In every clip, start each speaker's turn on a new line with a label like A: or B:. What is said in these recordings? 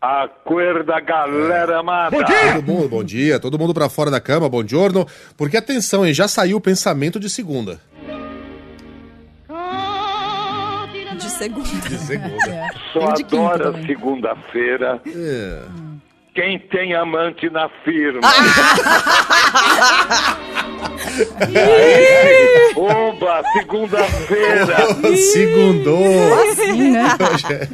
A: Acorda, galera amada.
B: Todo mundo, É. bom dia, todo mundo pra fora da cama, bom giorno. Porque atenção, hein, já saiu o pensamento de segunda.
C: De segunda.
B: De segunda.
A: Só
D: Tem de quinta
A: adora
D: também.
A: segunda-feira.
B: É. Ah!
A: Quem tem amante na firma. Bomba, segunda-feira,
B: Segundou!
D: Sim, né?
B: Hoje é-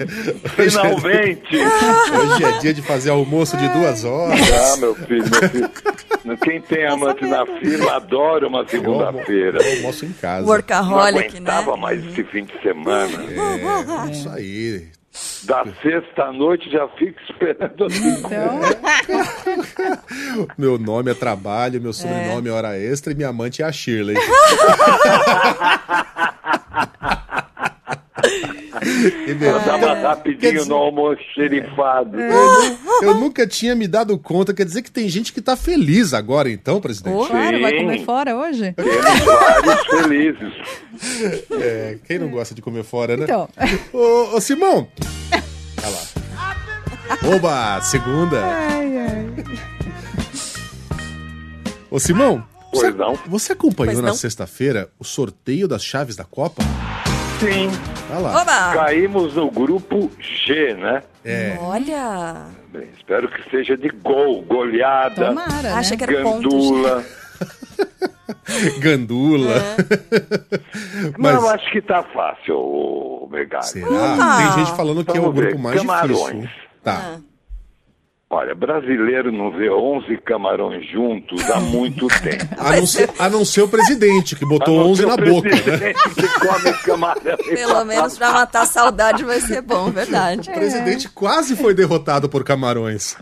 A: finalmente.
B: Hoje é dia de fazer almoço de duas horas.
A: Ah, meu filho, meu filho. Quem tem amante na firma adora uma
B: Eu almo-
A: segunda-feira.
B: eu almoço em casa.
A: Não
C: Workaholic, né?
A: aguentava mais esse fim de semana.
B: É, isso aí.
A: Da sexta-noite já fico esperando a segunda.
D: Então,
B: Meu nome é trabalho, meu sobrenome é hora extra e minha amante é a Shirley. Que
A: Eu tava
D: é.
B: beleza. Quer
A: rapidinho
B: dizer-
A: no almoxerifado.
B: Eu nunca tinha me dado conta. Quer dizer que tem gente que tá feliz agora, então, presidente?
D: claro, vai comer
A: Sim.
D: fora hoje?
A: Temos vários felizes.
B: É, quem não gosta de comer fora, né?
D: Então,
B: Ô, ô, Simão! Olha lá. Oba, segunda.
D: ai, ai.
B: Ô, Simão,
A: Pois não?
B: você acompanhou
C: Pois
B: na
C: não.
B: sexta-feira o sorteio das chaves da Copa?
A: Sim,
B: Olha lá.
C: Oba!
A: caímos no grupo G, né?
B: É.
C: Olha!
A: Bem, espero que seja de gol, goleada,
D: tomara,
C: Acha
D: né?
C: que era ponto.
A: gandula.
B: Gandula.
A: Mas...
B: Mas
A: Não, acho que tá fácil, ô Megali.
B: será?
C: Ah.
B: Tem gente falando que é o
A: Vamos ver,
B: grupo mais
A: Camarões.
B: difícil. Tá.
A: Olha, brasileiro não vê 11 camarões juntos há muito tempo.
B: A não, ser, a não ser o presidente, que
A: A não
B: botou 11
A: ser
B: na
A: o
B: boca. né?
A: presidente que come camarão. e
C: Pelo menos pra matar a saudade vai ser bom, verdade.
B: O
E: É.
B: presidente quase foi derrotado por Camarões.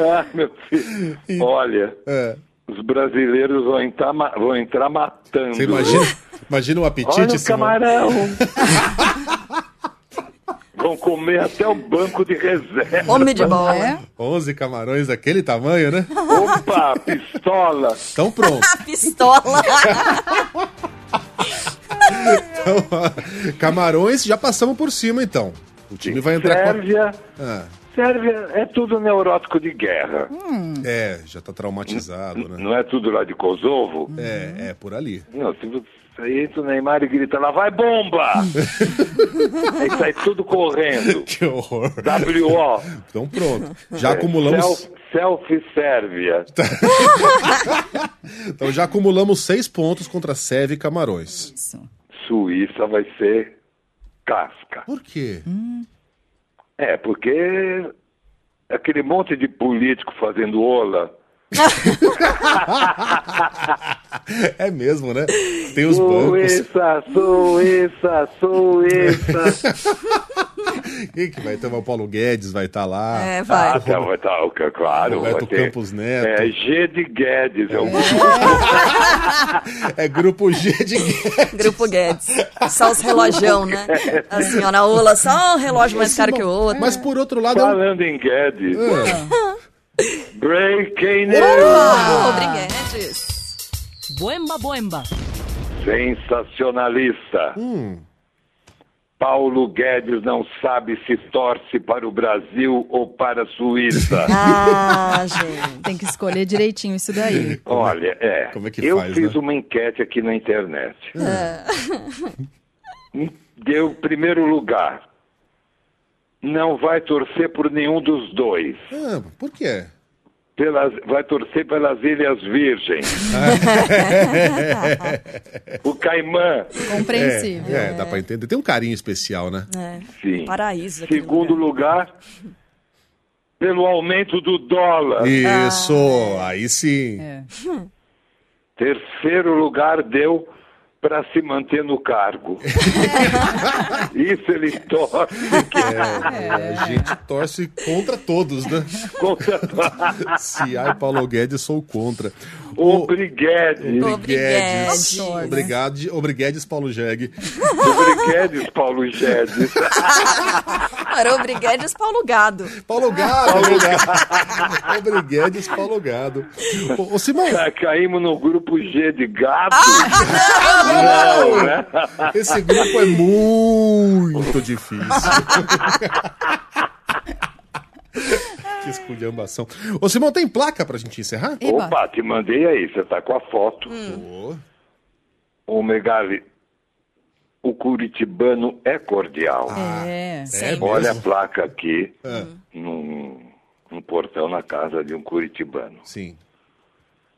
A: Ah, meu filho. Olha,
B: É.
A: os brasileiros vão entrar, ma- vão entrar matando.
B: Você imagina, imagina o
A: Olha
B: apetite,
A: o
B: Simão?
A: camarão. Vão comer até o banco de reserva.
C: Homem de bola.
D: É?
B: 11 camarões daquele tamanho, né?
A: Opa, pistola.
B: Então pronto.
C: A pistola!
B: Então, ó, camarões, já passamos por cima, então. O time vai entrar com a...
A: Sérvia.
B: Ah,
A: Sérvia é tudo neurótico de guerra.
B: É, já tá traumatizado, né?
A: Não é tudo lá de Kosovo?
B: É, é, por ali.
A: Não, se você entra o Neymar e grita lá, vai bomba! Aí sai tudo correndo.
B: Que horror.
A: W.O.
B: Então pronto.
A: É,
B: Já acumulamos,
A: Self- Selfie Sérvia.
B: então, já acumulamos seis pontos contra Seve e Camarões.
A: Suíça vai ser casca.
B: Por quê?
A: É, porque aquele monte de político fazendo ola.
B: É mesmo, né? Tem os bancos.
A: Suíça, Suíça, Suíça.
B: Quem que vai ter? O Paulo Guedes vai estar lá.
D: É,
A: Ah,
D: vai.
A: tá, vai tá, ok, claro.
B: Roberto
A: vai ter,
B: Campos Neto.
A: É, G de Guedes. É o grupo.
B: É grupo G de Guedes.
D: Grupo Guedes. Só os relojão, né? A senhora Ola, só um relógio mais caro que o outro. né?
B: Mas por outro lado, é um
A: Falando em Guedes.
B: É.
A: Breaking news.
D: Ah, Briguedes.
E: Boemba, boemba.
A: Sensacionalista.
B: Hum.
A: Paulo Guedes não sabe se torce para o Brasil ou para a Suíça.
D: Ah, gente.
E: Tem que escolher direitinho isso daí.
A: Olha, é.
B: como é que
A: eu
B: faz,
A: fiz
B: né?
A: uma enquete aqui na internet.
B: Hum.
A: Deu primeiro lugar. Não vai torcer por nenhum dos dois.
B: Ah, por quê?
A: Pelas- vai torcer pelas Ilhas Virgens. o Caimã,
E: Compreensível.
B: É, dá pra entender. Tem um carinho especial, né?
A: sim.
D: Paraíso. aquele
A: Segundo
D: lugar.
A: lugar, pelo aumento do dólar.
B: Isso, aí sim.
E: É.
A: Terceiro lugar deu para se manter no cargo. Isso ele torce que
B: É, A gente torce contra todos, né?
A: conta
B: Se ai Paulo Guedes, sou contra.
A: o Briguedes.
D: Ô, Briguedes.
B: Obrigado, obrigado, Paulo Jeg.
A: O Briguedes, Paulo Guedes.
D: Era o Briguedes Paulo Gado.
B: Paulo Gado, obrigado. Obrigado, Paulo Gado. Ô, ô, Simão,
A: Ca- Caímos no grupo G de gato. Não, né?
B: esse grupo é muito difícil. que esculhambação. Ô, Simão, tem placa pra gente encerrar?
E: Eba.
A: Opa, te mandei aí, você tá com a foto. Hum.
B: Ô,
A: Ô, Megali, o curitibano é Hum. cordial.
E: É.
B: é mesmo?
A: Olha a placa aqui, num, num portão na casa de um curitibano.
B: Sim,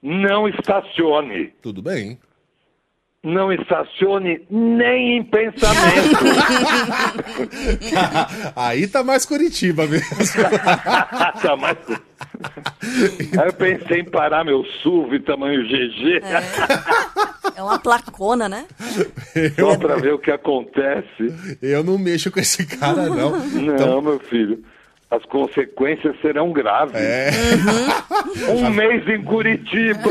A: Não estacione.
B: tudo bem.
A: Não estacione nem em pensamento.
B: Aí tá mais Curitiba mesmo.
A: tá, mas... Aí eu pensei em parar meu SUV tamanho GG
D: É uma placona, né?
A: só pra ver o que acontece.
B: Eu não mexo com esse cara, não. Então,
A: Não, meu filho. As consequências serão graves.
B: É.
A: Um mês em Curitiba.